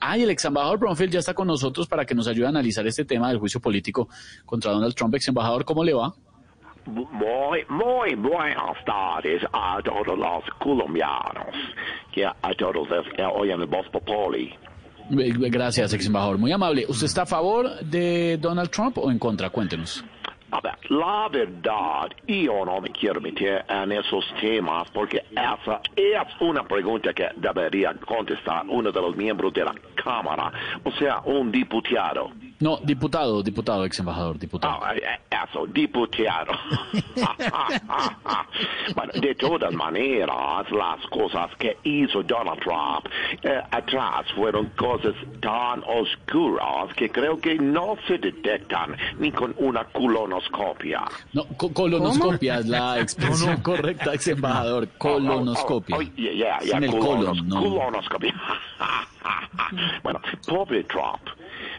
Ay, el ex embajador Bromfield ya está con nosotros para que nos ayude a analizar este tema del juicio político contra Donald Trump. Ex embajador, ¿cómo le va? Muy, muy buenas tardes a todos los colombianos que a todos los que oyen el Voz Populi. Eh, Gracias, ex embajador. Muy amable. ¿Usted está a favor de Donald Trump o en contra? Cuéntenos. A ver, la verdad, yo no me quiero meter en esos temas porque esa es una pregunta que debería contestar uno de los miembros de la Cámara, o sea, un diputado. No, diputado, diputado, ex embajador, diputado. Ah, eh, eso, diputado. bueno, de todas maneras, las cosas que hizo Donald Trump eh, atrás fueron cosas tan oscuras que creo que no se detectan ni con una colonoscopia. No, co- colonoscopia es la expresión correcta, ex Ah, embajador. Colonoscopia. Oh, oh, oh, yeah, yeah, yeah, Sin el colonos- colon, no. Colonoscopia. bueno, pobre Trump.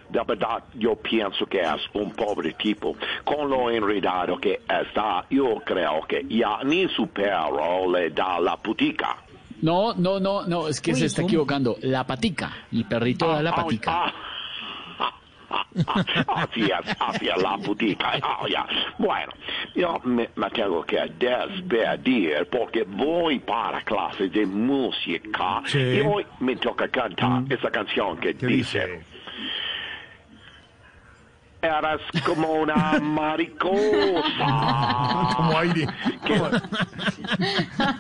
De verdad, yo pienso que es un pobre tipo. Con lo enredado que está, yo creo que ya ni su perro le da la putica. No, no, no, no, es que se está equivocando. La patica. El perrito da la Ah, patica. ah, ah, ah, ah, Así es, así es la putica. Ah, ya. Bueno, yo me, me tengo que despedir porque voy para clases de música Sí. y hoy me toca cantar Mm. esa canción que ¿Qué dice. dice? Eras como una maricosa. Como aire. Como-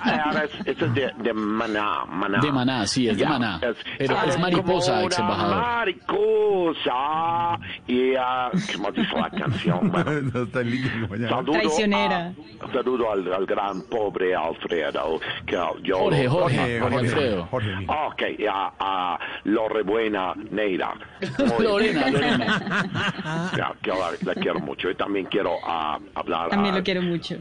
Eras, esto es de, de maná, maná. De maná, sí, es de Ya, maná. Pero ah, es mariposa, como ex una embajador. Mariposa. Y, ah, ¿cómo dice la canción? Bueno, no está en línea, compañero. saludo Traicionera. a- saludo al, al gran pobre Alfredo. Que yo Jorge, Jorge, Eh, Jorge, Jorge Alfredo. Jorge, mira. Ok, a, a Lorrebuena Neira. Muy- Lorena, Lorena. Ah. Ya, que la, la quiero mucho. Y también quiero ah, hablar También a, lo quiero mucho.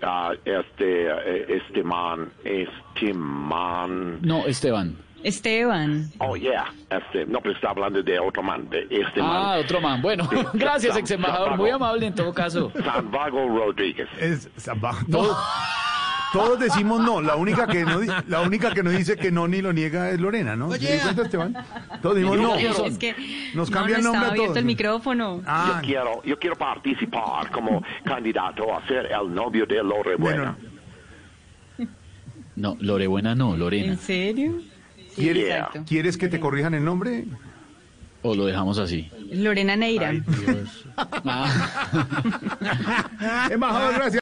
a este, eh, este man, este man. No, Esteban. Esteban. Oh, yeah. Este, no, pero está hablando de otro man, de este Ah, man. otro man. Bueno, gracias, ex embajador. Muy amable en todo caso. San Vago Rodríguez. Es, Zamba- todos, todos decimos no. La única, que no. di- la única que no dice que no ni lo niega es Lorena, ¿no? ¿Te das cuenta, Esteban? Todos decimos no. Yo- Es que Nos no, cambia el no estaba nombre a abierto todos. el micrófono. Ah, Yo quiero, yo quiero participar como candidato a ser el novio de Lorrebuena. bueno. No, Lorebuena no, ¿En Lorena. serio? Sí, ¿Quieres, exacto. ¿Quieres que te corrijan el nombre? O lo dejamos así. Lorena Neira. Ah. Embajador, gracias.